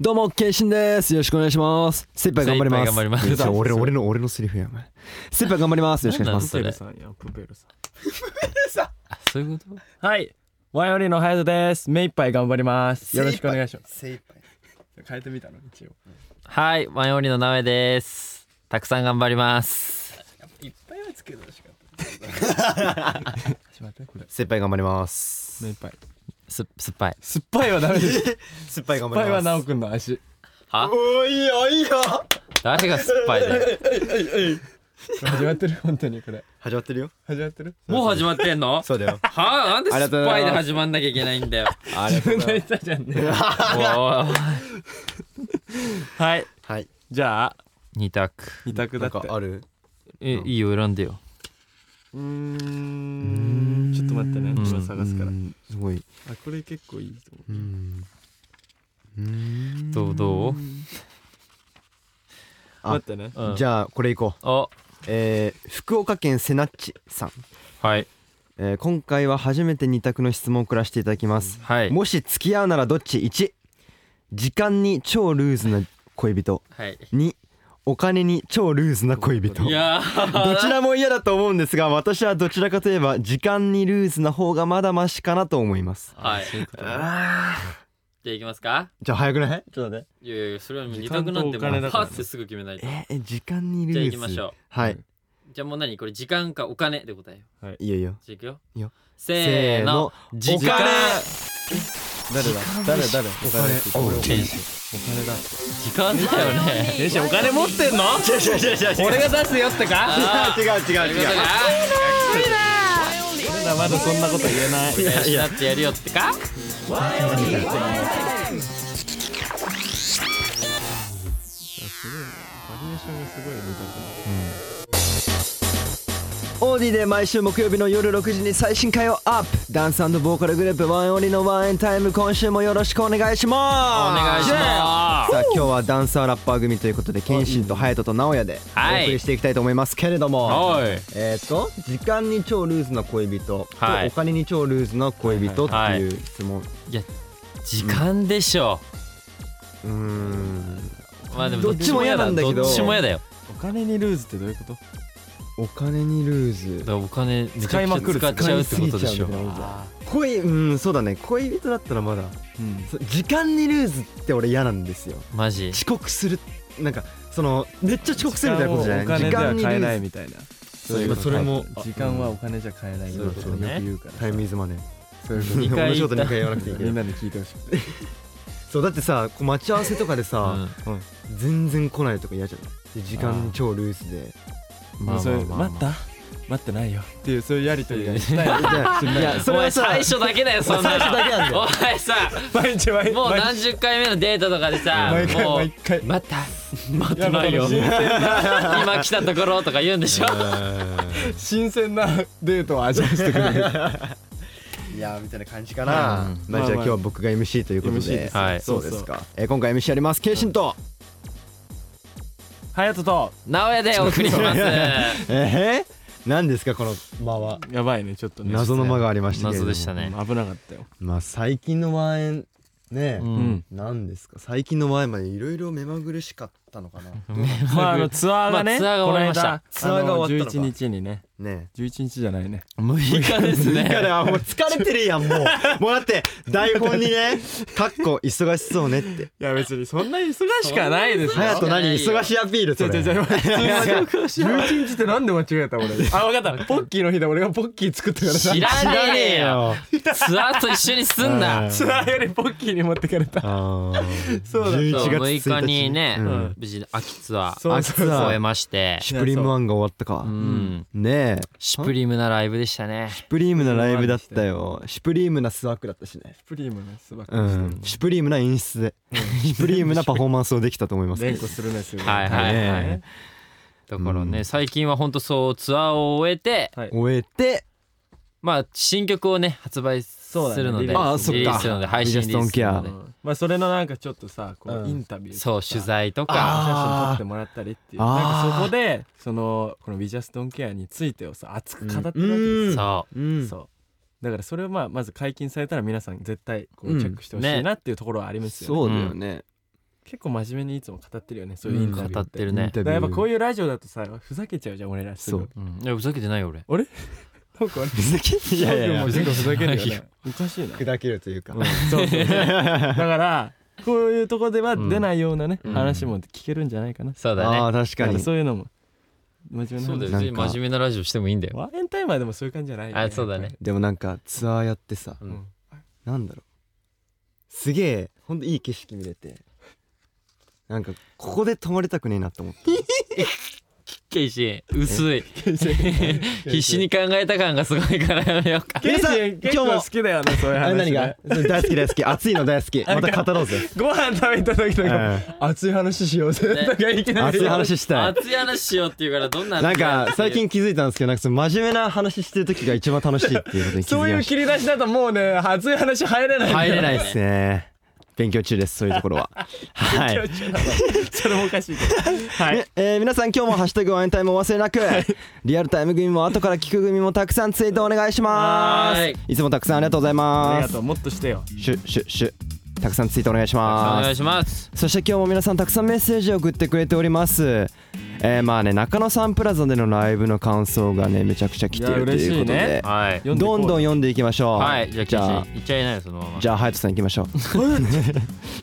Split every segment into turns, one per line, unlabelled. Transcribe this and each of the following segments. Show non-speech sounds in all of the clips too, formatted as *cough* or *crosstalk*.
どうも、ケイシンです。よろしくお願いします。精一杯頑張ります。
精一杯頑張りま
い
す
や俺俺の俺のセリフやお前。精一杯頑張ります。よろしくお願いします。
そ
プ
れ
ペルさんやプペルさ
あそういうこと
んはいワイオリンのハヤトです目いっぱい頑張りますよろしくお願いします
精一杯
変えてみたの一応
はいマヨリのなめですたくさん頑張ります
いっぱいはつけたしか *laughs* ったしまったこれ
精一杯頑張ります。
目いっぱい
す酸っぱい
酸っぱいはダメです酸っ
精一杯頑
ぱいはなおくんの足
は
おいよいいよ
誰が酸っぱいだよ
始まってる本当にこれ
始まってるよ
始まってる
*laughs* もう始まってんの
そうだよ
はあなんで酸っぱいで始まんなきゃいけないんだよ
あれ
自分で言ったじゃんね
おいおいおいはい
はい
じゃあ
二択
二択だ
なん
って
かある
えいいよ選んでよ
うーんちょっと待ってね
ん
今探すから
うんすごい
あこれ結構いいと思う
うんうん
どうどう
あ
待ってね
うん
じゃあこれいこう
あ
えー福岡県セナッチさん
はい
えー今回は初めて二択の質問を送らせていただきます
はい
もし付き合うならどっち1時間に超ルーズな恋人
はい
2お金に超ルーズな恋人
いやー
どちらも嫌だと思うんですが私はどちらかといえば時間にルーズな方がまだマシかなと思います
はいじゃあいきますか
じゃあ早くない
ちょっと待って
いやいやそれはもう二択なんて
時間とお
も
金
う
だ
パ
から
ッてすぐ決めないと
えー時間にルーズ
じゃあ行きましょう
はい
じゃあもう何これ時間かお金で答えよ
いいよいいよ
じゃあいくよ
いいよ
せーの時間
誰だ誰誰お金って言った
時間だよね
よしお金持ってんの俺が出すよってか
あー
違う違
そういうことか
まだまだそんなこと言えない
いやいやだってやるよってか
オーディで毎週木曜日の夜6時に最新回をアップダンスボーカルグループワンオリのワンエンタイム今週もよろしくお願いし
お
ます
願いしま
さあ今日はダンサーラッパー組ということで謙信と隼人と直哉で
はい
お送りしていきたいと思いますけれども、
すはい
えー、と時間に超ルーズな恋人と
はい
お金に超ルーズな恋人って
はい
い
は
う質問、
時間でしょ
うーん
まあでも
どっちも嫌なんだけど
どっちも嫌だよ
お金にルーズってどういうこと
お金にルーズ
だからお金めちゃくち
使いまく
ゃ
る
使っちゃうってこと
使
でしょ
いすぎちゃうみたいな
あ
恋うんそうだね恋人だったらまだ
うん
そう時間にルーズって俺嫌なんですよ
ーマジ
遅刻するなんかそのめっちゃ遅刻するみたいなことじゃない
お金では買えない
時間にルーズ
みたいな
そういうことそれも
時間はお金じゃ買えない
そういうことね
よく言うから
タイムイズマネー
そういうこ
*laughs*
二
同
回
じ
言
こ
った
と2回言わなくていい
と
け
みん
ど
なで聞いてほしく
そうだってさこう待ち合わせとかでさ、
うん
全然来ないとか嫌じゃないで時間に超ルーズで
まあ
そ
ま
う
あ
いう
まあ
待った待ってないよっていうそういうやりとりがしたい
いやそ
お
れは
前
さ
最初だけだよそんなの
最初だけなんだよ
お前さ
毎日毎日
もう
毎
何十回目のデートとかでさ
毎回
もう
毎回
待った待ってないよ
やだから
今来たところとか言うんでしょ
新鮮新鮮なデートを味わわせてくれ *laughs* る
*laughs* いやーみたいな感じかな、
うん
まあじゃあ
まあま
今
あ
日は僕が MC ということで、
MC です
はい
そうですか、えー今回 MC やります慶信と
隼人と
直哉でお送りします
えー、何ですかこの間は
やばいねちょっとね
謎の間がありましたけれど
謎
も
でしたね
危なかったよ
まあ最近のワンエンね
う
うんん
何ですか最近のワンエンまでいろいろ目まぐるしかったのかな
*laughs* まああのツアーがね
まあツアーが終わりました
ツアーが終わったのか
11日にね
ね
11日じゃないね
6日です
え
ね
もう疲れてるやんもうもうだって台本にね「かっこ忙しそうね」って
いや別にそんな忙しくはないです
隼人何忙しいアピ
*laughs*
ール
違
そう
違
れ
う違う11日ってなんで間違えた俺あ分かったポッキーの日で俺がポッキー作ったからさ
知ら
知ら
ね
ね
え
え
よ
よ
ツアーと一緒にすんな
ツアーよりポッキーに持ってかれた
あー
そうだそう
11
そう
月
6日にね
うん
ん
無事に秋ツアー
そう
秋ツアー
終えまして
シュプリームワンが終わった
う
か。
ん
ねえ。
シュプリームなライブでしたね
シュプリームなライブだったよ。シュプリームなスワックだったしね。
プリームのすばっか
う
りし
ん。シュプリームな演出で。シュプリームなパフォーマンスをできたと思います
た。連呼するねすご
はいはいはいだから
う
ね最近は本当そうツアーを終えて
はい
終えて、
まあ新曲をね発売す
そうだね
るので
リリース
あそっか
リリースするので配信リリースするので
まあそれのなんかちょっとさこ
う
うんインタビュー
そう取材と
お
か
写真撮ってもらったりっていう
あー
なんかそこでそのこの「WeJustDon'tCare」についてをさ熱く語ってるわ
う
けで
ん
すよ
そ
うん
そうだからそれをまあまず解禁されたら皆さん絶対こ
う
うんチェックしてほしいなっていうところはありますよね
そうだよね。
結構真面目にいつも語ってるよねそういうインタビュー
語ってる
イン
ね
タ
だ
ビュ
か
ー
らやっぱこういうラジオだとさふざけちゃうじゃん俺らすぐ
そう
うんいやふざけてないよ俺
なんかあれ
ふざけいやいやいや
翔くんも結構ふざけるよ
いやい
ねおかしいな
砕けるというか、
そうそうだからこういうとこでは出ないようなね、
うん
話も聞けるんじゃないかな、
そうだ
あ
ね
あ確か
だから
に
そういうのも真面目な
そうだよ
話
なん
別
か
に真面目なラジオしてもいいんだよ
ワンエンタイマーでもそういう感じじゃないよ、ね、
あそうだね
でもなんかツアーやってさ
う
うんん
なんだろうすげえほんといい景色見れてなんかここで泊まりたくねえなと思って
ケイシー薄い *laughs* 必死に考えた感がすごいからやめようか
ケイシ
さん
ー結構好きだよねそういう
*laughs* あ
話、ね、
何が大好き大好き暑いの大好きまた語ろうぜ
*laughs* ご飯食べた時とか
う
熱い話しようぜ、
ね
とかいき
ん
なり
熱い話したい
熱い話しようって言うからどんな
なんか最近気づいたんですけどなんかその真面目な話してる時が一番楽しいっていうことに気
そう
づき
い
ま
う
した
切り出しだともうね熱い話入れない
入れな
で
いですすね
ね勉強中ですそういうところははい
今日中なの *laughs* それもおかしいけど
ねえー皆さん今日も「ハッシュタグワインタイム」お忘れなくリアルタイム組も後から聞く組もたくさんツイートお願いします
はい
いつもたくさんありがとうござい
あり
ま
が
す
とうもっとしてよ
シュッシュッシュッたくさんツイートお願いし
お
ま
願
す
いします
そして今日も皆さんたくさんメッセージを送ってくれておりますえーまあね中野サンプラザでのライブの感想がねめちゃくちゃ来て
いや
ると
嬉しい
いうこと
ね
で
はい
読
どんどん
んで
読んでいきましょう
はいじゃあ
じ
ケイシ
ゃあ
ーいっちゃいないよそのまま
じゃあハヤトさんいきましょう
こう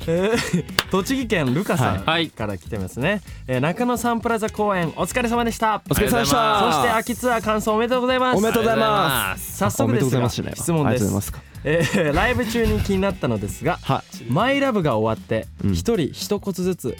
えー *laughs* 栃木県ルカさん、
はい
から来てますね、えー中野サンプラザ公演お疲れ様でした
お疲れ様でした
そして秋ツアー感想おめでとうございます
おめでとうございます
す
早速
おめで
ですが
とうございますじゃないわ
質問
あ
で
りがとう
す
ございますか
えーライブ中に気になったのですが
は
マイラブが終わって
うん
一人一言ずつ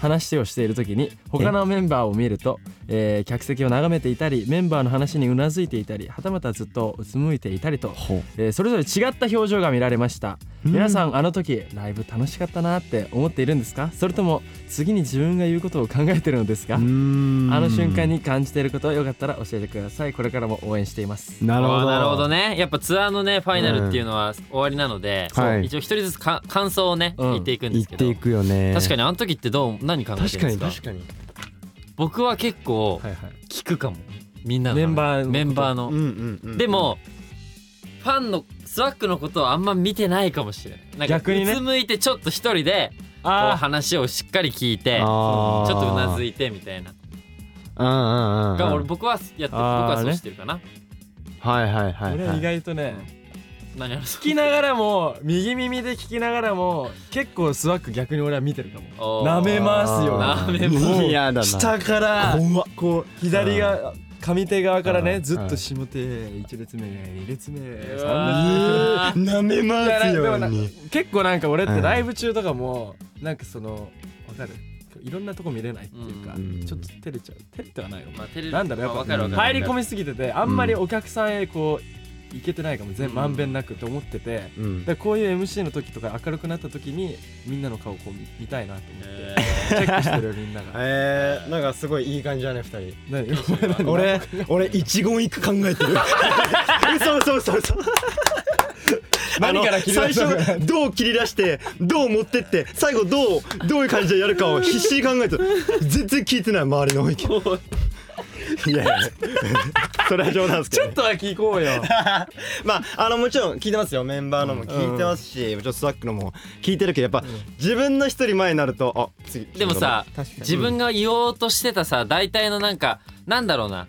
話をしている時に他のメンバーを見ると、えー客席を眺めていたりメンバーの話にうなずいていたりはたまたずっとうつむいていたりと、
ほう
えーそれぞれ違った表情が見られました皆さんあの時ライブ楽しかったなって思っているんですかそれとも次に自分が言うことを考えてるのですか
うーん
あの瞬間に感じていることをよかったら教えてくださいこれからも応援しています
なるほ
あー
ど
なるほどねやっぱツアーのねファイナルっていうのは終わりなので、そう
はい
一応一人ずつか感想をね、
うん
言っていくんで
言っ
すけど
ていくよね
確かにあの時ってどう何考えてるんですか
かに
僕は結構
いはい
聞くかも、みんなの
メンバーのこと
メンバーの、
んうん
でもファンのスワックのことをあんま見てないかもしれないなんか
逆にね
うつむいてちょっと一人でこう
あー
話をしっかり聞いてちょ
ょ
っとうなず
い
いてみたいな
うんうんうんうん
が俺僕はやって僕
あー
はそうしてるかな、
はいはいはい
俺
は
は意
い
外とね、
何話す
聞きながらも右耳で聞きながらも結構スワック逆に俺は見てるかも
おー
舐めますよ
あー舐め
も
回す
う嫌だな
下からこう左が上手側から
う
ね
ん
ずっと下手1列目2列目
う
3列
わー
舐め
目いや
ま
な
す
でも
よ
な
に
結構なんか俺って
うん
ライブ中とかもなんかそのわかるいろんなとこ見れないっていうか
うん
ちょっと照れちゃう照れてはないの
まあ、テレビ
なんだろうやっぱ
わかるわかる
入り込みすぎててあんまりお客さんへこういけてないかも全まんべんなくと思ってて、
うん
だからこういう MC の時とか明るくなった時にみんなの顔こう見たいなと思って、
え
チェックしてるよみんなが
えー、なんかすごいいい感じだね二
何
人俺俺一言一句考えて
*laughs*
る嘘嘘嘘嘘
何から
あの
切り出すの
最初どう切り出してどう持ってって最後どうどういう感じでやるかを必死に考えてる全然聞いてない周りの意見いやいやそれは冗談ですけど、ね、
*laughs* ちょっとは聞こうよ
まああのもちろん聞いてますよメンバーのも聞いてますし、もちろんスワックのも聞いてるけどやっぱ、自分の一人前になるとあ次
ーでもさ
確かに
自分が言おうとしてたさ大体のなんかなんだろうな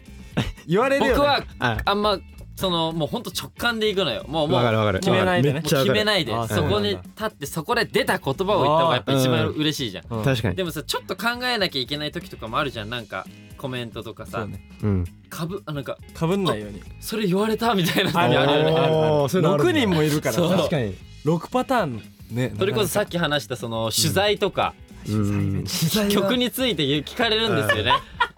言われるよ、ね、
僕は
はい
あんまそのもうほんと直感でいくのよもうも
わ
う
かるわかる
決
めないでね
めっ
もう
ちゃわ
決
か
め
る
ないで
あー
そこに
そうなん
立ってそこで出た言葉を言った方がやっぱ一
あ
番
ーう
嬉しいじゃん
うん
確かに
でもさちょっと考えなきゃいけない時とかもあるじゃんなんかコメントとか
そ
さ
うね
うん
かぶあなんか
かぶんないように
それ言われたみたいな時あ
あ
る
る
よ
あるある
ね
ある
おーそういうのあるんだ
6人もいるから
そう
確か
かに
に6パターンね
それこそさっき話したその取材とか
うん
曲について聞かれるんですよね。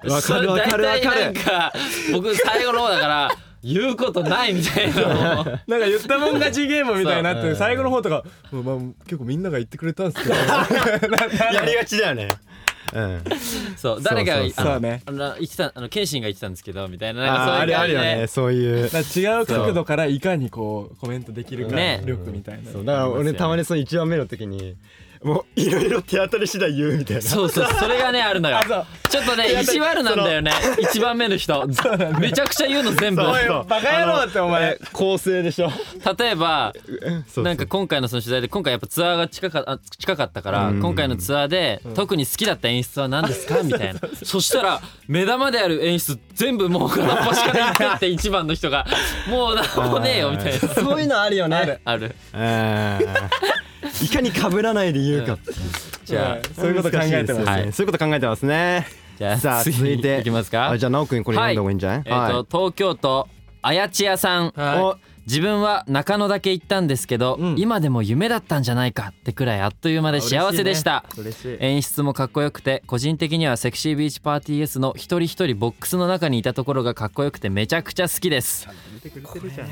うんわかるわかるわかる
それ大体なんか僕最後の方だから言うことないみたいな
*laughs*
のを
なんか言ったもん勝ちゲームみたいになっ
そう
て最後の方とか、まあ、結構みんなが言ってくれたんです *laughs* けど
やりがちだよねうん
そう誰が
そうそう
そうね
あの言ってたあの謙信が言ってたんですけどみたいななんか
あー
そう
あ
いう
るある
感じ
よね
で
そういう
だから違う角度からいかにこうコメントできるか
ね
力みたいな、
そうだから俺たまにその1番目の時にもういろいろ手当たり次第言うみたいな
そ
*laughs*
うそうそれがねあるのよ
そう
ちょっとね意地悪なんだよね一番目の人めちゃくちゃ言うの全部
そう
よバカ野郎って
あの
お前
え構成でしょ
例えば
そう
なんか今回のその取材で今回やっぱツアーが近かあ近かったから今回のツアーで特に好きだった演出は何ですかみた
*laughs*
いなそしたら目玉である演出全部もう片っ端から言ってって一番の
*laughs*
人がもう何もねえよみたいな
そういうのあるよね
ある
えーいかに被らないで言うか
じゃあ
そういうこと考えてま
難しいですよ
す
ね
はい
そういうこと考えてますね
じゃあ
さあ続いて
いきますか
あじゃあ直くんこれ読んだ方がいいんじゃない
えーと東京都あやちやさん
は
自分は中野だけ行ったんですけど、
うん
今でも夢だったんじゃないかってくらいあっという間で幸せでした
嬉しい
演出もかっこよくて個人的にはセクシービーチパーティー S の一人一人ボックスの中にいたところがかっこよくてめちゃくちゃ好きです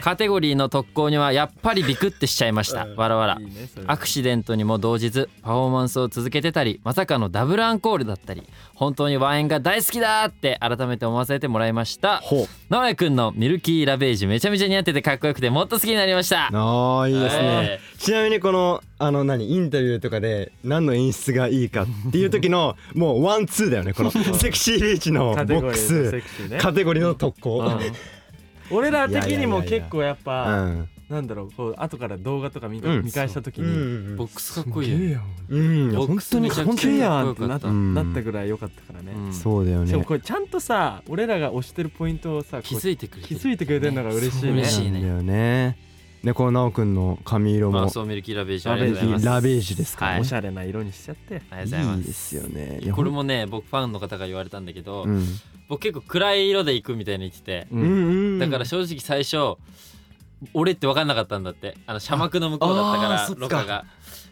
カテゴリーの特攻にはやっぱりビクってしちゃいましたわらわら
いいねそれ
アクシデントにも動じずパフォーマンスを続けてたりまさかのダブルアンコールだったり本当にワインが大好きだって改めて思わせてもらいました
ほう
直哉くんのミルキーラベージュめちゃめちゃ似合っててかっこよくてもっと好きになりました
ああいいですね
え、
ちなみにこのあの何インタビューとかで何の演出がいいかっていう時の *laughs* もうワンツーだよねこのセクシービーチのボ
カテゴ
ッ
リ
ク
ーのセ
ス
クシーね
カテゴリーの特攻
俺ら的
いや
にも
いやいやいや
結構やっ
う
ぱ
ん
なんだろうこう後から動画とか見た
うん
見返した時
う
に
ん
ボックスかっこ
い
いい
や
よ
い
ね
や
うん
ボッ
本
クス
当に
めちゃく
本
ち
当
ゃ
に
や
か
ん
っ
っ
こ
て
よか
な
っ
ったた
うん
なったぐらい良かったからね
うん
そうだよ
しかも
ね
これちゃんとさ俺らが推してるポイントをさこう
気づいてくれて
気づいてくれてるのが嬉しいね
嬉し
な
い
んだ
ね
よねでこの直くんの髪色
ま
も
あそうミルキーラベージュあ
ラ
り
ベ
が
ー
とう
ジュ
ございます
ラベージュですか
はい
おしゃれな色にしちゃって
あ
い
りがとうござい
い
ます
ですよね
これもね僕ファンの方が言われたんだけど、
うん
僕結構暗い色で行くみたいに言ってて、
う
うん
ん
うん
だから正直最初俺って分かんなかったんだってあの車幕の向こうだったか
ああ
ら
ーそっか
ロカが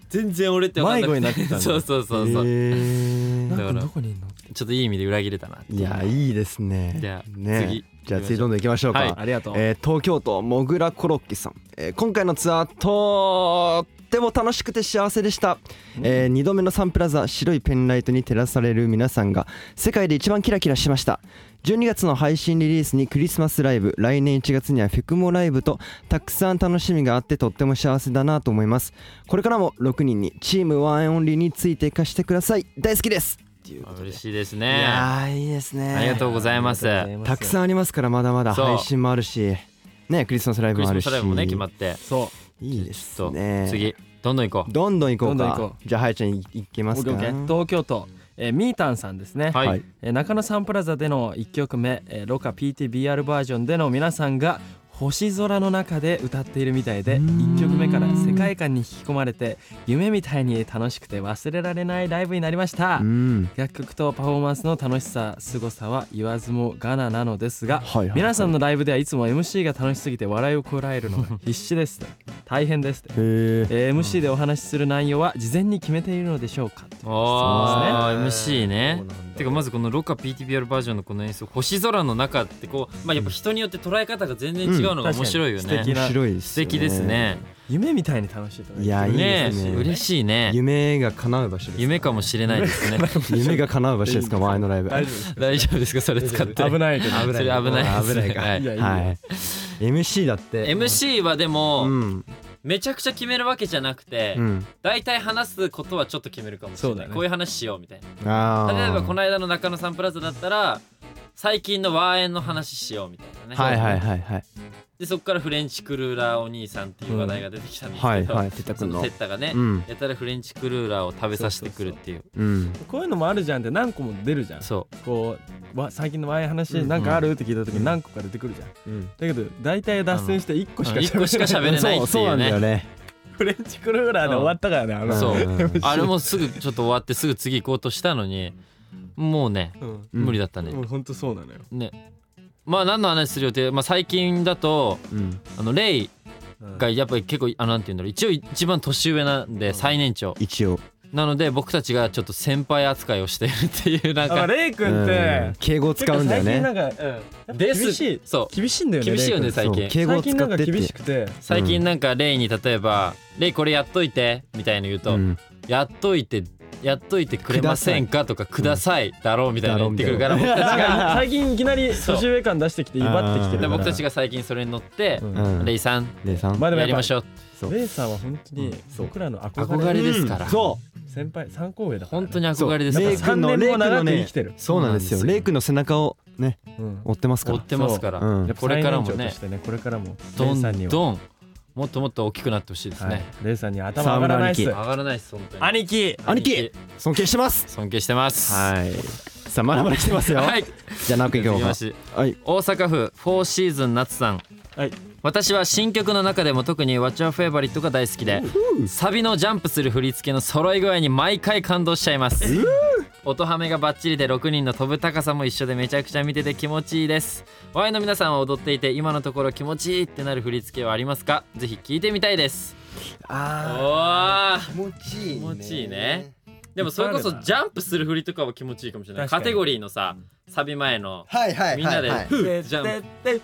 全然俺って分かんなくて
迷子になってたん
*laughs* そ
だ
うそうそうそう、
へー
な
だ
ん
から
かどこにいんの
ちょっといい意味で裏切れたなって
いやいいですね
じゃあ
ね
次
じゃあ次どんどん行きましょうか、
はい
ありがとう
えー東京都もぐらコロッケさん、えー今回のツアーとっても楽しくて幸せでした、え2度目のサンプラザ白いペンライトに照らされる皆さんが世界で一番キラキラしました12月の配信リリースにクリスマスライブ来年1月にはフェクモライブとたくさん楽しみがあってとっても幸せだなと思いますこれからも6人にチームワンオンリーについていかしてください大好きですっていう
あ
ことで
嬉
い
しいですね
やーいいですね
ありがとうございます
たくさ
ん
んありますからまだまだ
そう
配信もあるしねクリスマスライブ
ク
もあ
リスマ
る
ス
し
ライブもね決まって
そう
いいで
ちょ
す
っと
ね
次どんどん行こ
どんどん行こうか
どんどん行こ
じゃあはやちゃんいいけますか
オッケーオッケー東京都えーみーたんさんですね
うはい、
はい
えー中野サンプラザでの1曲目えーロカ PTBR バージョンでの皆さんが星空の中で歌っているみたいで1曲目から世界観に引き込まれて夢みたいに楽しくて忘れられないライブになりました
うん
楽曲とパフォーマンスの楽しさ凄さは言わずもがななのですが、
はいはいはい
皆さんのライブではいつも MC が楽しすぎて笑いをこらえるのが必死です大変です
へー
えー MC でお話しする内容は事前に決めているのでしょうか
おー MC ね
そうなんだ
てかまずこのロカ PTBR バージョンのこの演奏星空の中ってこうまあやっぱ人によって捉え方が全然違うのが面白いよね、
うん確かに
面白いです
素敵ですね
夢みたいに楽しいと思
いやいい
ね
ですね
嬉しいね
夢が叶う場所です
夢かもしれないですね
夢が叶う場所ですか前のライブ
大丈夫です
*laughs* 大丈夫ですかそれ使って
危ないけど
それ危ないですね
危ないか
はい
いやいいよ
はい MC だって、
MC はでも、
うん
めちゃくちゃ決めるわけじゃなくて、
うん
だいたい話すことはちょっと決めるかもしれ
そう
な
だ
い、
ね
こういう話しようみたい
あ
な
ー
例えばこの間の中野サンプラザだったら最近のワーエンの話しようみたいなね、
はいはいはいはい
でそこからフレンチクルーラーお兄さんっていう話題が出てきたんですけど、
はいはい哲太くんの
テッタがね、
うん
やたらフレンチクルーラーを食べさせてくるっていう
うん
こういうのもあるじゃんって何個も出るじゃん
そう
こうわ最近の前話なんかあるって聞いた時に何個か出てくるじゃんだ
うん
けど大体脱線して1個しか
1個しか
喋れ
喋
ない
れない
そう
って
そう
い
な
うん
だよ
ね
ね
フレンチクルーラーで終わったからねあの
そう
うん
あれもすぐちょっと終わってすぐ次行こうとしたのにもうね
うん
うん
無理だったね
もうほんとそうなのよ
ねまあ何の話する予定、まあ、最近だと
うん
あのレイがやっぱり結構あのなんて言うんだろう一応一番年上なんで最年長
一応
なので僕たちがちょっと先輩扱いをしているっていうなん
あ
か
レイ君っ
うん
て
敬語を使うんだよね
結構最近なんかうん
で
厳し
す
い
そう
厳しいんだよね
厳しいよね
レイ君
最近
敬語を
最
使
近なん
っ
か
てって
厳しくて
最近なんかレイに例えば「レイこれやっといて」みたいに言うと「
うん
やっといてやっといてくれませんか?」とか「ください」だろうみたいなの言ってくるから僕たち
なんか
が
最近いきなり年上感出してきて威張ってきてる
で
から
僕たちが最近それに乗って
う
うん
「レイさん
でさん
まあでも
や
やっ
り
ぱ
ましょう」
そう
レイさんは本当に
そう
僕らの憧れ
憧れですから、
そ
先輩参考上だから
本
ね、
当に
う
憧れです
そう
か
レ
ら
イ君の
3年も長く
レイ君のね
生きてる、
そうなんですよ
そうなんですよ
レイ君の背中をね
うん
追ってますか
追
ら
ってますから、
うん
やっぱ
これからもね
最年長としてねこれからもレ
ど
イさん
ん
には
どんもっともっと大きくなってほしいです
はい
ね、
レイさんには頭上がらないっす
沢
上がらないです本当に
兄貴
兄貴尊敬してます
尊敬してます
はいさあまだまだ来てますよ
はい
じゃあ直君いこう
続き
か
まして
はい
大阪府フォーシーズン夏さん
はい
私は新曲の中でも特に「What's Your Favorite」が大好きでサビのジャンプする振り付けの揃い具合に毎回感動しちゃいます音ハメがバッチリで6人の飛ぶ高さも一緒でめちゃくちゃ見てて気持ちいいです Y の皆さんは踊っていて今のところ気持ちいいってなる振り付けはありますかぜひ聞いてみたいですお
あ
ー
気持ちいい
気持ちいいねでもそれこ
いっぱいある
そ
な
ジャンプする振りとかは気持ちいいかもしれない
確か
カ
に
テゴリーのさサビ前の
はいはい
みんなで「ふうジャンプ」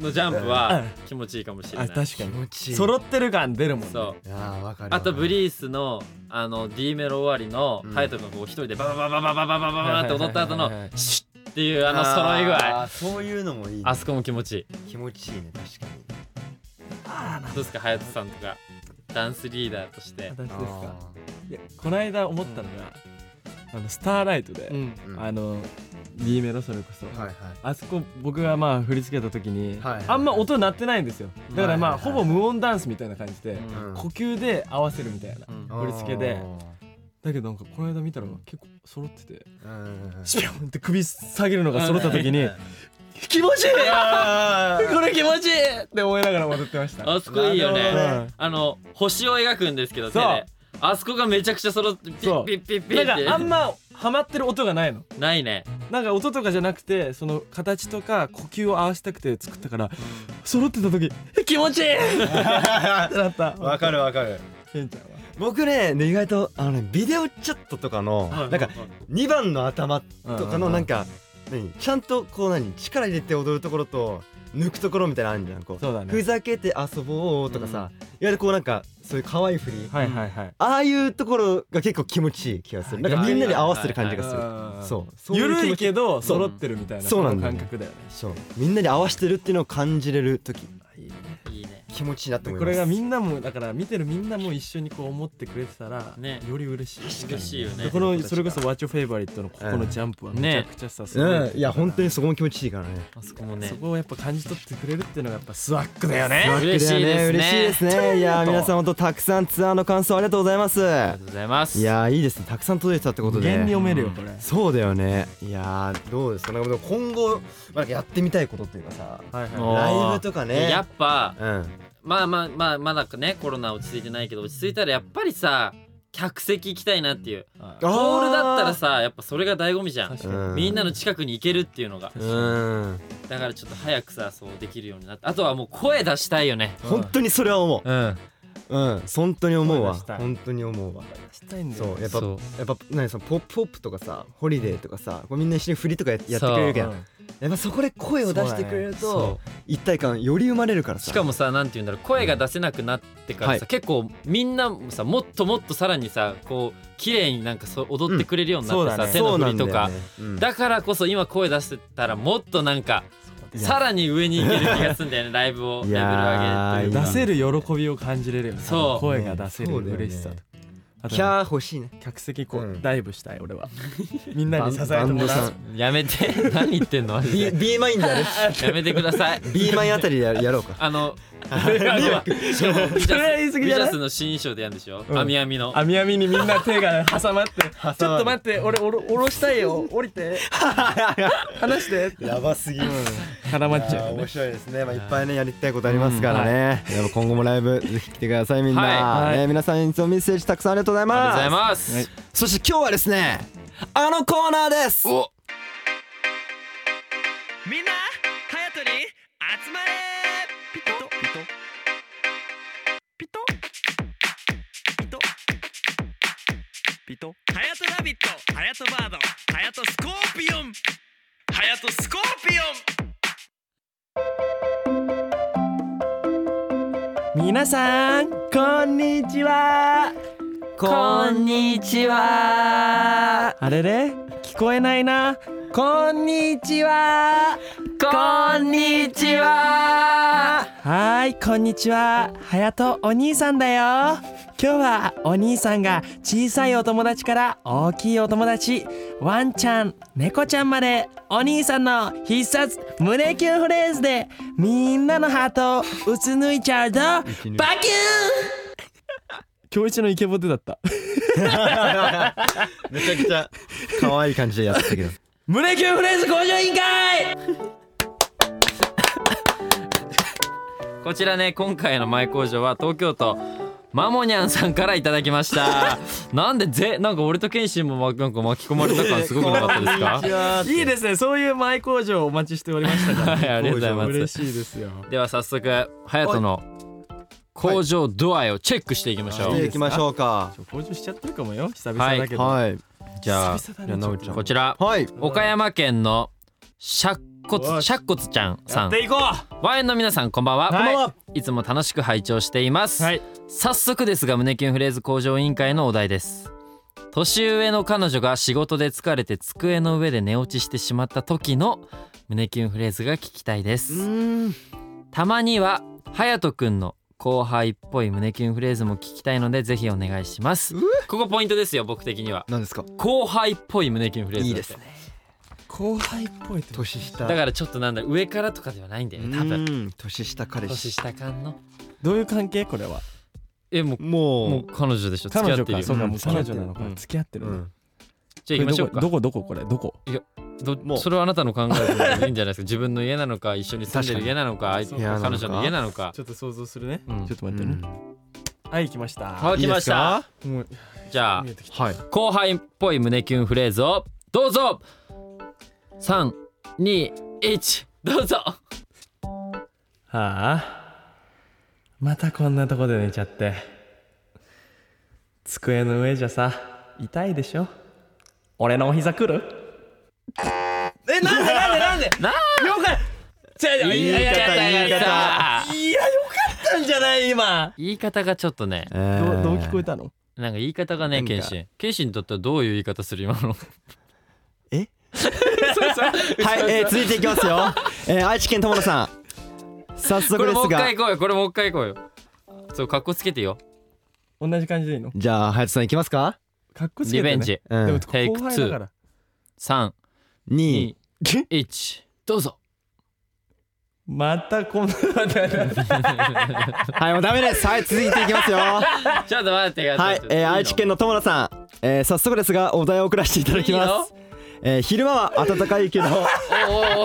のジャンプは気持ちいいかもしれな
あ
い
確かに
持ち
揃ってる感出るもんね
そう
あーわかる
あとブリースのあの D メロ終わりのタイトルのこう一人でババババババババババって踊った後の「シュッ」っていうあの揃い具合
あーそういうのもいいね
あそこも気持ちいい
気持ちいいね確かに
どうですか隼人さんとかダンスリーダーとして
私ですか
あ
いやこの間思ったのが、あのスターライトで、
ーうん
あの D メロそれこそ、
はいはい
あそこ僕がまあ振り付けた時に、
はいはい
あんま音鳴ってないんですよだからまあ、
はいはい
ほぼ無音ダンスみたいな感じで、
うん
呼吸で合わせるみたいな、
うん
あー
振り付けでだけどなんかこの間見たら結構揃ってて
うん
シピョンって首下げるのが揃った時に
気持ちいい
*laughs* これ気持ちいいって思いながら踊ってました
あそこいいよ
なるほど
ね
ね
あの星を描くんですけど手
そう
であそこがめちゃくちゃ揃ってピ
そ
ッ
う
ピッピッピ
な
ッ
んかあん
って
まハマってる音がないの
ないね
なんか音とかじゃなくてその形とか呼吸を合わせたくて作ったから揃ってた時気持ちいいってなった
わかるわかる
ケンちゃんは
僕ねね意外とあのねビデオチャットとかのなんか2番の頭とかのなんか何ちゃんとこう何力入れて踊るところと抜くところみたいなのあるじゃんこう
そうだね
ふざけて遊ぼうとかさいわゆるこうなんかそういう可愛い振り
はいはいはい
ああいうところが結構気持ちいい気がするなんかみんなで合わせてる感じがする
そ
そうそう
う
いう
緩
気
い
持ち
けど
そう
揃ってるみたいな
そうなんだよ
この感覚だよね
そうみんなで合わせてるっていうのを感じれる時
いいね
気持ちいいなって
で
思い
こ
ます
れがみんなもだから見てるみんなも一緒にこう思ってくれてたら
ね
より嬉しい
嬉しいよね
でこのそれこそ「What's Your Favorite」のここのジャンプは
ね
めちゃくちゃさすご
うんいや本当
に
にそこも気持ちいいからね
あそこもね
そこをやっぱ感じ取ってくれるっていうのがやっぱスワックだよね
嬉しいですね
嬉しいですねいやー皆さん本当たくさんツアーの感想ありがとうございます
ありがとうございます
いやーいいですねたくさん届いてたってこと
無
で
限に読めるよこれ
そうだよねいやーどうですかなんかでも今後なんかやってみたいことっていうかさ
はいはい
もう
ライブとかね
やっぱ
うん
まあまあまあまだねコロナ落ち着いてないけど落ち着いたらやっぱりさ客席行きたいなっていう
あ
あー
ホールだったらさやっぱそれが醍醐味じゃん
確かに
うん
みんなの近くに行けるっていうのが
うん
だからちょっと早くさそうできるようになってあとはもう声出したいよね
本当にそれは思
うん
ううん本当に思うわ
声出したい
本当に思うわ
したいんだよ
そうやっぱ
そう
やっぱ何そのポップポップとかさホリデーとかさこうみんな一緒に振りとかややってくれるけど
うん
やっぱそこで声を出してくれると
そ
一体感より生まれるから
う
さ
しかもさなんて言うんだろう声が出せなくなってからさ、
はい
結構みんなもさもっともっとさらにさこう綺麗になんかそう踊ってくれるようになってさ、
うん
手
そ
の
う
振
な
り
んだ
と
よ
か
ねうん
だからこそ今声出せたらもっとなんかさらに上に行ける気がするんだ
*laughs*
よねライブをレ
い
ベル
やー
上げるというか
出せる喜びを感じれるよね
そう
声が出せる
そうだよね
嬉しさとあと
キャー欲しいね
客席こ
う
うんダイブしたい
*laughs*
俺はみんなに支えても
バ
ら
ンドさ
うん
やめて何言ってんのマジ
B,
で
B マインでやる
*laughs* やめてくだ
*laughs*
さい
B マインあたりでや *laughs* やろうか
*laughs* あの迷惑しかもビジ
*laughs* それは言
ャ
い
ス
過
ビ
ぎじ
ジ
ゃない
ャスの新衣装でやるんでしょ
うん
網網の
網網にみんな手が挟
*laughs*
まって
まる
ちょっと待って俺おろおろしたいよ降りて離して
やばすぎる
絡まっちゃうよね
面白いですね、まあ、いっぱいねやりたいことありますからね、やっぱ今後もライブぜひ来てくださいみんな、
はい
はい
ね、皆さんいつもメッセージたくさんありがとうござい
ありがとう
ま
ご
す
ざいます、
はい
そして今日はですねあのコーナーです
お
皆さんこんにちは
こんにちは
あれれ聞こえないなこんにちは
こんにちは
はいこんにちははやとお兄さんだよ今日はお兄さんが小さいお友達から大きいお友達ワンちゃん猫ちゃんまでお兄さんの必殺胸キュンフレーズでみんなのハートをうつ抜いちゃうぞバキューン今日一のイケボテだった
めちゃくちゃ可愛い感じでやってたけど
胸キュンフレーズ向上委員会
こちらね今回の前工場は東京都マモニャンさんからいただきました
*laughs*
なんでぜなんか俺と謙信もまなんか巻き込まれた感すごくなかったですか
いいですねそういう前工場をお待ちしておりましたか
*laughs*
ら
はいありがとうございます
嬉しいですよ
では早速隼人の工場度合いをチェックしていきましょう、
行きましょうか
ちょ向上しちゃってるかもよ久々だけど、
はい
じゃあ
久
じゃ
々
あな
だね
おちゃん
こちら
はい
岡山県のシャッコ
よ
ツ
し
シャッコツちゃんさ
やっ
ん
ていこう
ワインの皆さんこんばんは、、
はいこんばんはい
つも楽しく拝聴しています、
はい
早速ですが胸キュンフレーズ向上委員会のお題です年上の彼女が仕事で疲れて机の上で寝落ちしてしまった時の胸キュンフレーズが聞きたいですたまには隼人くんの後輩っぽい胸キュンフレーズも聞きたいのでぜひお願いしますここポイントですよ僕的には
何ですか
後輩っぽい胸キュンフレーズ
い
だ
い
って
ですね
後輩っぽいと
年下
だからちょっとなんだ上からとかではないんだよね多分
分年下彼
年
氏
下感の
どういう関係これは
えもうも
も
う彼女でしょ付
彼
き合
女
ってる
か
よ
そうかもう
付き合
彼
ってる
女なのか
うん
付き合って
う
る
う
ね
ん
じゃあ行きましょうか
どこどここれどこ
ど
もう
それはあなたの考えでいいんじゃないですか自分の家なのか一緒に住ん
確
で
か
る
に
家なのか相
そ
手
う
か
彼女の家なのか
ちょっと想像するね、
うん
ちょっと待ってね、はい来ました
乾きました
もう
じゃあ
見えてきた
はい
後輩っぽい胸キュンフレーズをどうぞ321どうぞ
はあまたこんなとこで寝ちゃって机の上じゃさ痛いでしょ俺のお膝来るえなんでなんでなんで
な
よかったいやいやいやいやいやいや
言
いや
い方
いやよかったんじゃない今
言い方がちょっとね
ど
どうどう聞こえたの
なんか言い方が
な
ね
んか
謙信謙信にとってはどういう言い方する今の
え
そうそう
はい、えー、続いていきますよ。えー、愛知県友野さん。早
こ
速
れ
で
もう
す
一
が
回、行こうよこれもう一回行こうよそう格好つけてよ
同じ感じでいいの
じゃあ、隼人さんいきますか。
かっこつけ
リ
て、
ベ
ね、
ンジ
う
でも
ん、
テイク
後輩だから
3
二、
2 1どうぞ
またこんな
はい、もうダメです。はい、続いていきます *laughs* よ。は
ちょっと待ってください
い、えー、愛知県の友野さん。えー、早速ですが、お題を送らせていただきます。えー、昼間は暖かいけど、
おーお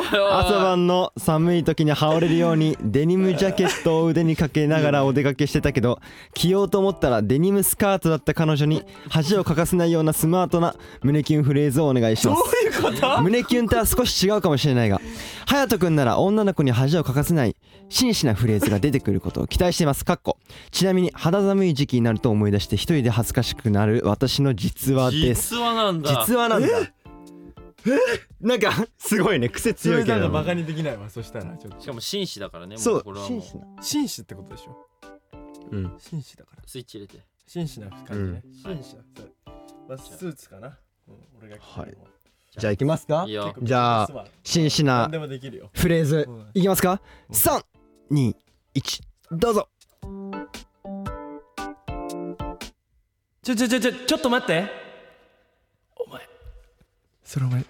ーおー
朝晩の寒い時に羽織れるようにデニムジャケットを腕にかけながらお出かけしてたけど着ようと思ったらデニムスカートだった彼女に恥をかかせないようなスマートな胸キュンフレーズをお願いします胸キュンとは少し違うかもしれないが隼人君なら女の子に恥をかかせない真摯なフレーズが出てくることを期待していますかっこちなみに肌寒い時期になると思い出して一人で恥ずかしくなる私の実話です
実話なんだ
実話なんだなんかすごいね癖
そ
強
れ
いけ
な
れ
んか
ども
バカにできないわそしたらちょっと
しかも紳士だからねも
そう
これは
真
もう
摯な
紳士ってことでしょ
うん
紳士だから
スイッチ入れて
紳士な感じね、
うん
紳士だそれまあ、スーツかな、うん、俺が着てるのは
じゃあ行きますか
いいよ
じゃあ真摯な
何でもできるよ
フレーズ
うん
いきますか321どうぞ
ちょちょちょちょちょっと待ってお前それお前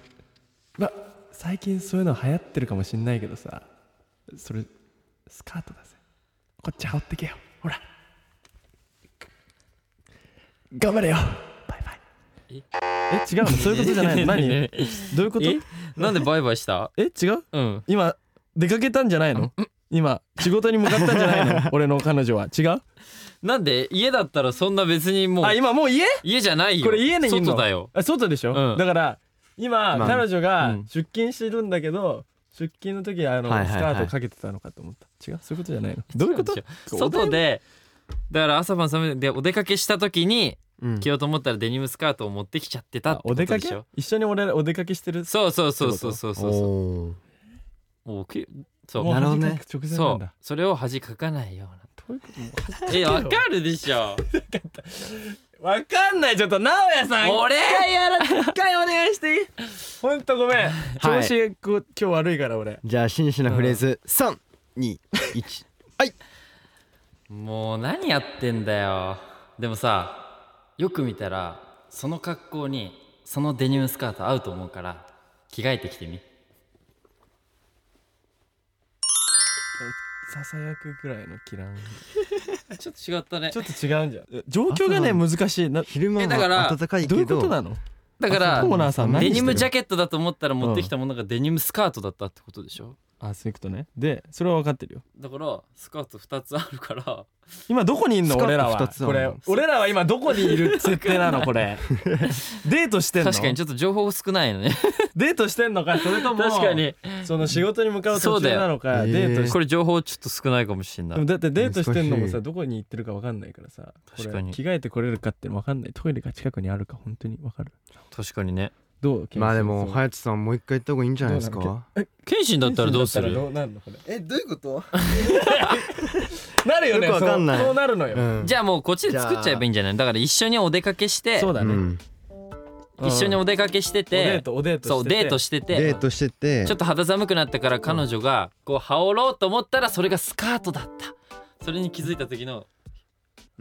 ま最近そういうの流行ってるかもしんないけどさそれスカートだぜこっち羽織ってけよほら頑張れよバイバイえ違うのそういうことじゃないの *laughs* 何
ね
どういうこと
えなんでバイバイした
え違う
うん
今出かけたんじゃないの今仕事に向かったんじゃないの俺の彼女は違う
なんで家だったらそんな別にもう
あ今もう家
家じゃないよ
これ家にいんの
外だよ
あ外でしょ、
うん
だから今、
まあ
彼女
う
が
ん
出勤してるんだけど出勤の時あの、
はいはいはい
スカートかけてたのかと思った違うそういうことじゃないのどういうこと
違うんですよ外でだから朝晩寒いでお出かけした時に
うん
着ようと思ったらデニムスカートを持ってきちゃってたって
あ
こ
お
と
出か
で
け
しょ
一緒に俺らお出かけしてる
そうそうそうそうそうそうそう
おー
もうきそう
もう
なるほどね
恥かく直前な
そ
ん
う
だ
それを恥かかないよ
どういうことも
うなえわかるでしょ
うわかんないちょっと直哉さん
俺
一回やら一回お願いしていい本とごめん
は
調
い
子こう今日悪いから俺
じゃあ紳士のフレーズ321
もう何やってんだよでもさよく見たらその格好にそのデニムスカート合うと思うから着替えてきてみ
ささやくぐらいのキラン
ちょっと違ったね
ちょっと違うんじゃん状況がね難しいな
昼間
えだから
は暖かいけど
どういうことなの
だか
コ
ら
ーナーさん何
デ
してる
ニムジャケットだと思ったら持ってきたものがデニムスカートだったってことでしょ
あそういうことねでそれは分かってるよ
だからスカート2つある
*laughs*
から
今どこにいんの
スカート
俺ら
二
は
つあ
こ
る
れ
の
俺らは今どこにい
*laughs*
る設定なのこれデートしてんの
確かにちょっと情報少ないの
*laughs*
ね
デートしてんのかそれとも
確かに
その仕事に向かう
そう
途
だ
中
よ
なのか
へー
デートして
これ情報ちょっと少ないかもしれな
でも
い
だってデートしてんのも
難し
さ
い
どこに行ってるか分かんないからさこれ
確かに
着替えてこれるかってのも分かんないトイレが近くにあるか本当に分かる
確かにね
どう
まあでも
い
隼人さんもう一回行った方がいいんじゃないです
どうな
か
謙信だったらどうする
どうなるのこれ
えどういうこと
*laughs* なるよね
よくわかんない
そうそうなるのよ、
じゃあもうこっちで作っちゃえばいいんじゃないだから一緒にお出かけして
そう
あ
だ
う
ね、
ん
一緒にお出かけして
おデー
て
トおデートしてて
そう
デ
デートしてて
ートしてて
ちょっと肌寒くなったから彼女がこう羽織ろうと思ったらそれがスカートだったそれに気づいた時の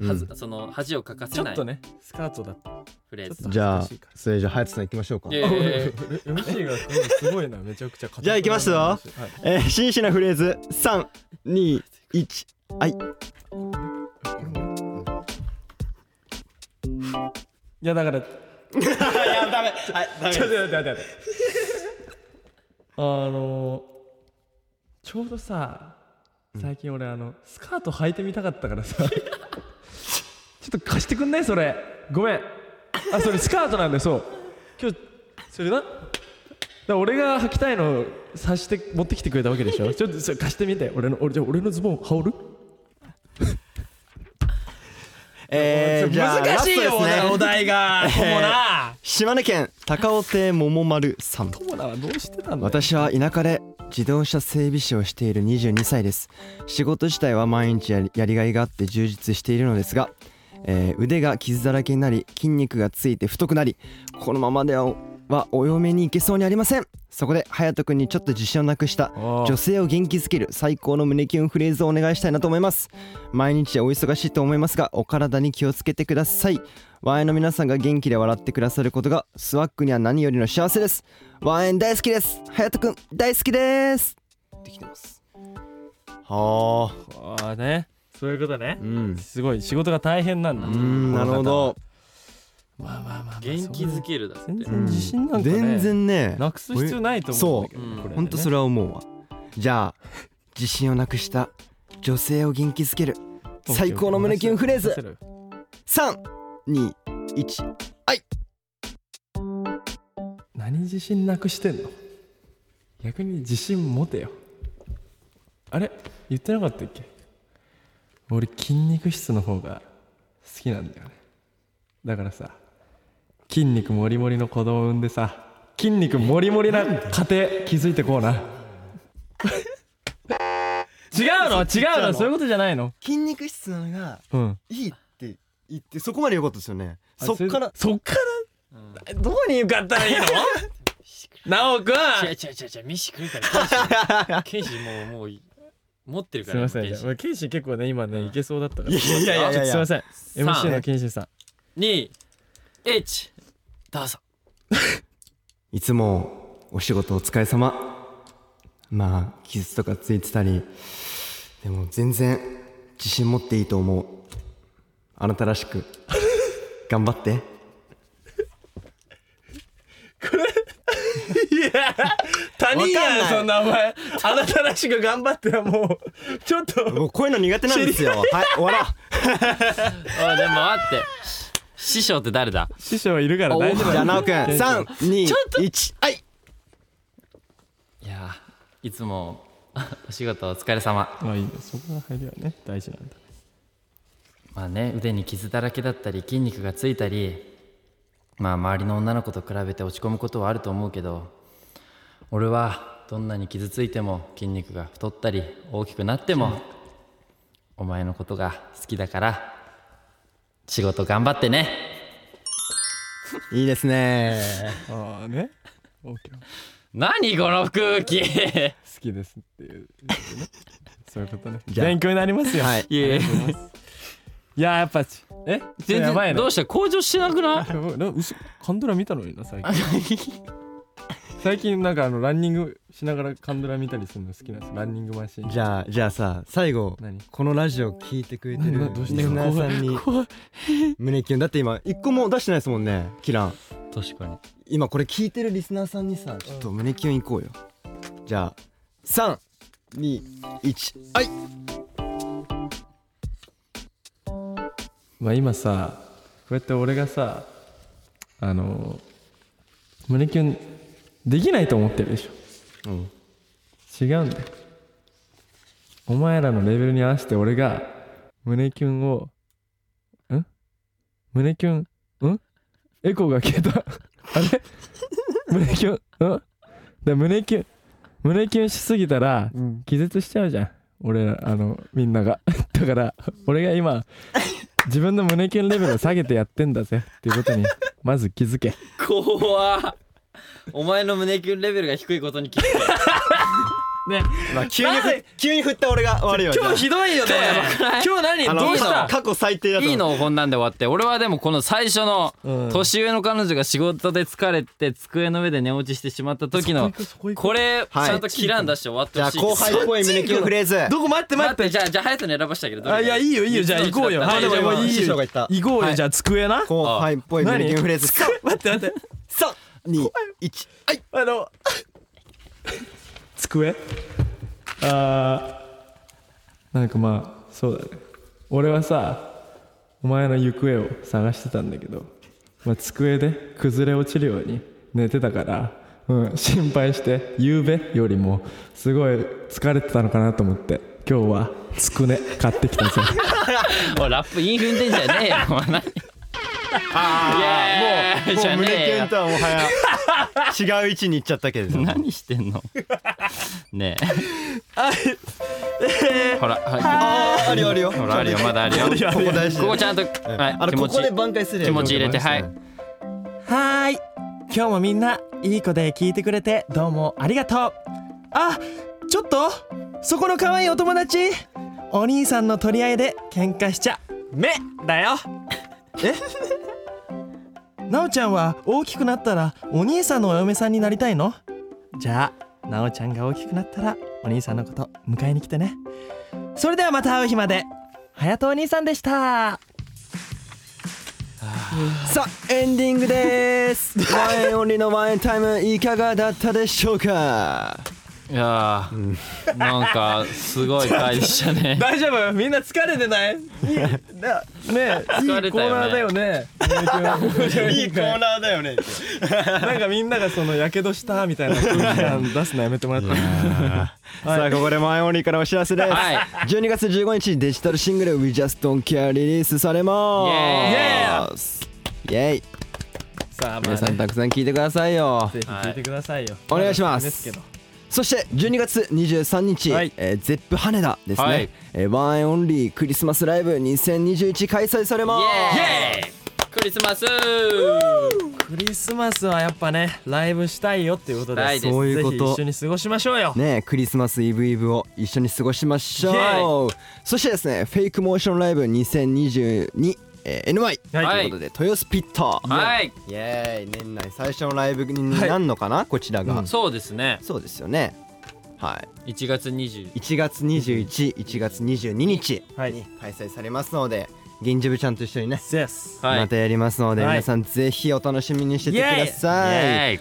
はずその恥をかか
ち
せ
ょ
な
っ
い
とねスカートだった
フレーズ
じゃあ
恥ずかしいから
それじゃあ隼人さん行きましょうか
いやいやいや
MC がすごいなめちゃくちゃ
じゃあ行きますよ
はい
えー紳士なフレーズ321
いやだからいやダメはいダメちょっと待って待って待ってあのー、ちょうどさ最近俺あのスカート履いてみたかったからさ *laughs* ちょっと貸してくんないそれごめんあそれスカートなんだよそう今日それなだから俺が履きたいのを察して持ってきてくれたわけでしょちょっとそれ貸してみて俺の俺じゃあ俺のズボン羽織る
えー、じゃあ
難しい
ラス
よ、
トですね
お題 *laughs* がコモナ
島根県高尾亭桃丸さん
コモナはどうしてたんだよ
私は田舎で自動車整備士をしている22歳です仕事自体は毎日やりやりがいがあって充実しているのですが、えー腕が傷だらけになり筋肉がついて太くなりこのままでははお嫁に行けそうにありませんそこで隼人君にちょっと自信をなくした女性を元気づける最高の胸キュンフレーズをお願いしたいなと思います毎日お忙しいと思いますがお体に気をつけてくださいワンエンの皆さんが元気で笑ってくださることがスワックには何よりの幸せですワンエン大好きです隼人くん大好きですできてますはあ
ああねそういうことね
うん
すごい仕事が大変なんだ
うんなるほど
まあまあまあ
元気づ
け
けるだって
全然自信なんかね
全然ね
なくす必要ないと思うんだけど
そう
ねこれね
ほんとそれは思うわじゃあ *laughs* 自信をなくした女性を元気づける最高の胸キュンフレーズ321
何自信なくしてんの逆に自信持てよあれ言ってなかったっけ俺筋肉質の方が好きなんだよねだからさ筋肉もりもりの子供を産んでさ筋肉もりもりな家庭築いてこうな *laughs* 違うの違うのそういうことじゃないの
筋肉質なのが
うん
いいって言ってそこまで良かったですよね
あ
そっから
そっから、どこに向かったらいい
*laughs*
の直くん
違う違う違う違う飯食うから謙信謙信もうもう持ってるか
すい
ら
ませんじゃあ俺謙信結構ね今ねいけそうだったから
いやいやいやいや
ちょっとすいません
さあ
MC の謙信さん
2 1どうぞ
いつもお仕事お疲れ様まあ傷とかついてたりでも全然自信持っていいと思うあなたらし *laughs* く頑張って
他人
わかん
や
ない
んそんなお前あなたらしく頑張ってはもうちょっと
僕こういうの苦手なんですよ *laughs* はい終わろう
あでも待って師匠って誰だ
師匠いるから大丈夫
じゃあ直くん321はい
いやーいつも *laughs* お仕事お疲れ様
まあいいんだそこが入りはね大事なんだ
まあね腕に傷だらけだったり筋肉がついたりまあ周りの女の子と比べて落ち込むことはあると思うけど俺はどんなに傷ついても筋肉が太ったり大きくなってもお前のことが好きだから仕事頑張ってね
いいですね
ああねオーケー
何この空気い
好きですって *laughs* いう、そういうことね
じゃあ
勉強になりますよ、い、
やいや
ややっぱちえ
全
やばい
然
ね
どうした向上してなくない
*laughs* な嘘カンドラ見たのにな最近最近なんかあのランニングしながらカンドラ見たりするの好きなんですランニングマシーン
じゃあじゃあさ最後
何
このラジオ聞いてくれてるリ
などうした
スナーさんに
怖い
胸キュンだって今一個も出してないですもんねキラン
確かに
今これ聞いてるリスナーさんにさちょっと胸キュンいこうよじゃあ321はい
まあ今さこうやって俺がさあの胸キュンできないと思ってるでし
うん
ょ違うんだよお前らのレベルに合わせて俺が胸キュンをん胸キュンんエコーが消えたあれ胸キュンんで胸キュン胸キュンしすぎたら気絶しちゃうじゃん俺らあのみんながだから俺が今自分の胸キュンレベルを下げてやってんだぜっていうことにまず気づ *laughs* け
怖っお前の胸キュンレベルが低いことに気づい
まあ急にふ急に振った俺が悪いわ今 *laughs* 日ひどいよね
今日何どうした
過去最低だと
い
思
いうのこんなんで終わって俺はでもこの最初の
うん
年上の彼女が仕事で疲れて机の上で寝落ちしてしまった時のこれち
はい
ゃんと切らん出して終わって
じゃ
ほ
あ
しい
後 *laughs* 輩っぽい胸キュンフレーズ
どこ待って
待ってじゃあじゃあ隼人に選ばしたけどどれ
あいやいいよいいよじゃあ行こうよ
はい
あでも
じゃあ
もういい
師匠
よ
が言った
行こうよ、
はい
じゃあ机な
後輩っぽい胸キュンフレーズ3
待って待って
2 1はい
あの机あーなんかまあそうだね俺はさお前の行方を探してたんだけど、まあ、机で崩れ落ちるように寝てたから、うん、心配して夕べよりもすごい疲れてたのかなと思って今日はつくね買ってきたぜ
おいラップインフンテンじゃねえよお前何
あ
い
ーも
や
う
*laughs* じ
もう
ゃね
胸
え
キ
よ
ュンとはもはや違う位置に行っちゃったけれども
何してんのねえほらは
あーあるよあるよ
いほらあるよまだあるよ
ここ大事だ
こ
よ
こちゃんと
うん
はい
あの
気
こ
持ち
こで挽回する
気持ち入れてはい
はーい今日もみんないい子で聞いてくれてどうもありがとうあちょっとそこの可愛いお友達お兄さんの取り合いで喧嘩しちゃめだよえなおちゃんは大きくなったらお兄さんのお嫁さんになりたいのじゃあなおちゃんが大きくなったらお兄さんのこと迎えに来てねそれではまた会う日まではやとお兄さんでし
さ
た
あエンディングですワンエンオンリーのワンエンタイムいかがだったでしょうか
いやーなんかすごい回でした
*laughs*
ね
大丈夫みんな疲れてないいいなねえいいコ
疲れたよね
ーナーだよねいいコーナーだよねなんかみんながそのやけどしたみたいな空気感出すのやめてもらっていい
さあここでワンエンオンリーからお知らせです
はい
12月15日デジタルシングル「WeJustDon'tCare」リリースされますイエイ
さあまあ、
皆さん
ね、
たくさん聞いてくださいよ
ぜひ聞いてくださいよ、
お願いします
ですけど
そして12月23日、
はい
えーゼップ羽田ですね、
はい
えーワンエンオンリークリスマスライブ2021開催されます
イエーイクリスマス
クリスマスはやっぱねライブしたいよっていうこ
し
と
た
で
い
す
です
そういうこと
ぜひ一緒に過ごしましょうよ、
ねえクリスマスイブイブを一緒に過ごしまし
イ
ょう
ェ
そしてですねフェイクモーションライブ2022、えー NY と
はい
いうことで、豊洲ピット
はい
イエーイ年内最初のライブになるのかな、こちらが、
そうですね
そうですよねはい
1月20
1月211月22日
はい
に開催されますので銀ジブちゃんと一緒にね
です
はい
またやりますので、
はい
皆さんぜひお楽しみにしててくだ
イ
さい、
エーイ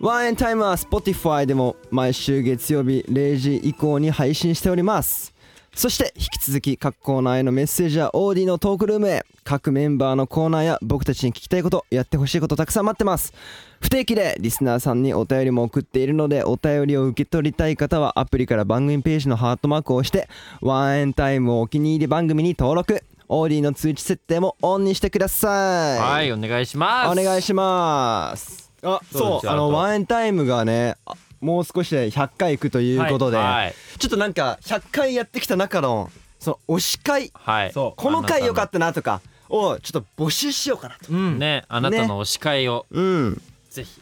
ワンエンタイムは Spotify でも毎週月曜日0時以降に配信しておりますそして引き続き各コーナーへのメッセージや OD のトークルームへ各メンバーのコーナーや僕たちに聞きたいことやってほしいことたくさん待ってます不定期でリスナーさんにお便りも送っているのでお便りを受け取りたい方はアプリから番組ページのハートマークを押してワンエンタイムをお気に入り番組に登録 OD の通知設定もオンにしてください
はいお願いします
お願いしますあ
ど
そうう
ぞ
あの
ちゃんと
ワンエンタイムがねあもう少しで100回いくということで、
はい
ちょっとなんか100回やってきた中のその推し会
はい
そう
この回良かったなとかをちょっと募集しようかなと
うん
ねあなたの推し会を
うん
ぜひ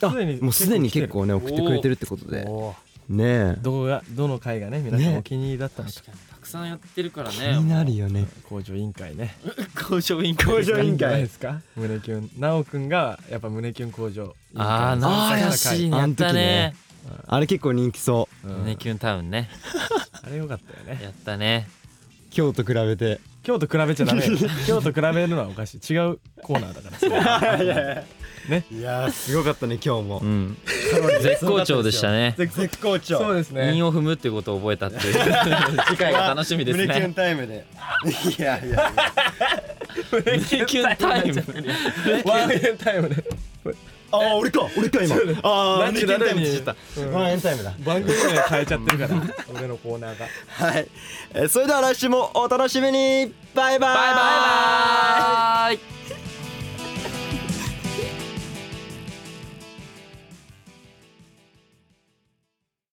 あ
すでに
もうすでに結構ね送
てる
ってくれてるってことで
おー
ねえ
どこがどの回がね皆さん
ね
お気に入りだったのか、
確かにたくさんやってるから
気に
ね
なるよね
工場委員会ね
交渉委員会
工場委員会
ないですか胸キュンなおくんがやっぱ胸キュン工場委員会
あーなあやしいねやったね
あれ結構人気そう
うん
胸キュンタウンね
あれよかったよね
やったね
今日と比べて
今日と比べちゃダメよ今日と比べるのはおかしい違うコーナーだからそれは
いやーすごかったね今日も
うん絶好調でしたね
絶絶好調
そうですね
韻を踏むってことを覚えたっていう *laughs* 次回が楽しみです
胸キュン
ね
タイ
*laughs*
ムでいやいや
胸キュンタイム
ワンエンタイムで
ああ俺か俺か今 *laughs* ああ
ナ
胸
チ
キ
ュ
ュ
ラ
ンタ
ル
イムっ
に
て言っちゃったワンエンタイムだ
番組名変えちゃってるから俺のコーナーが
はいえーそれでは来週もお楽しみにバイバイ
バイバイ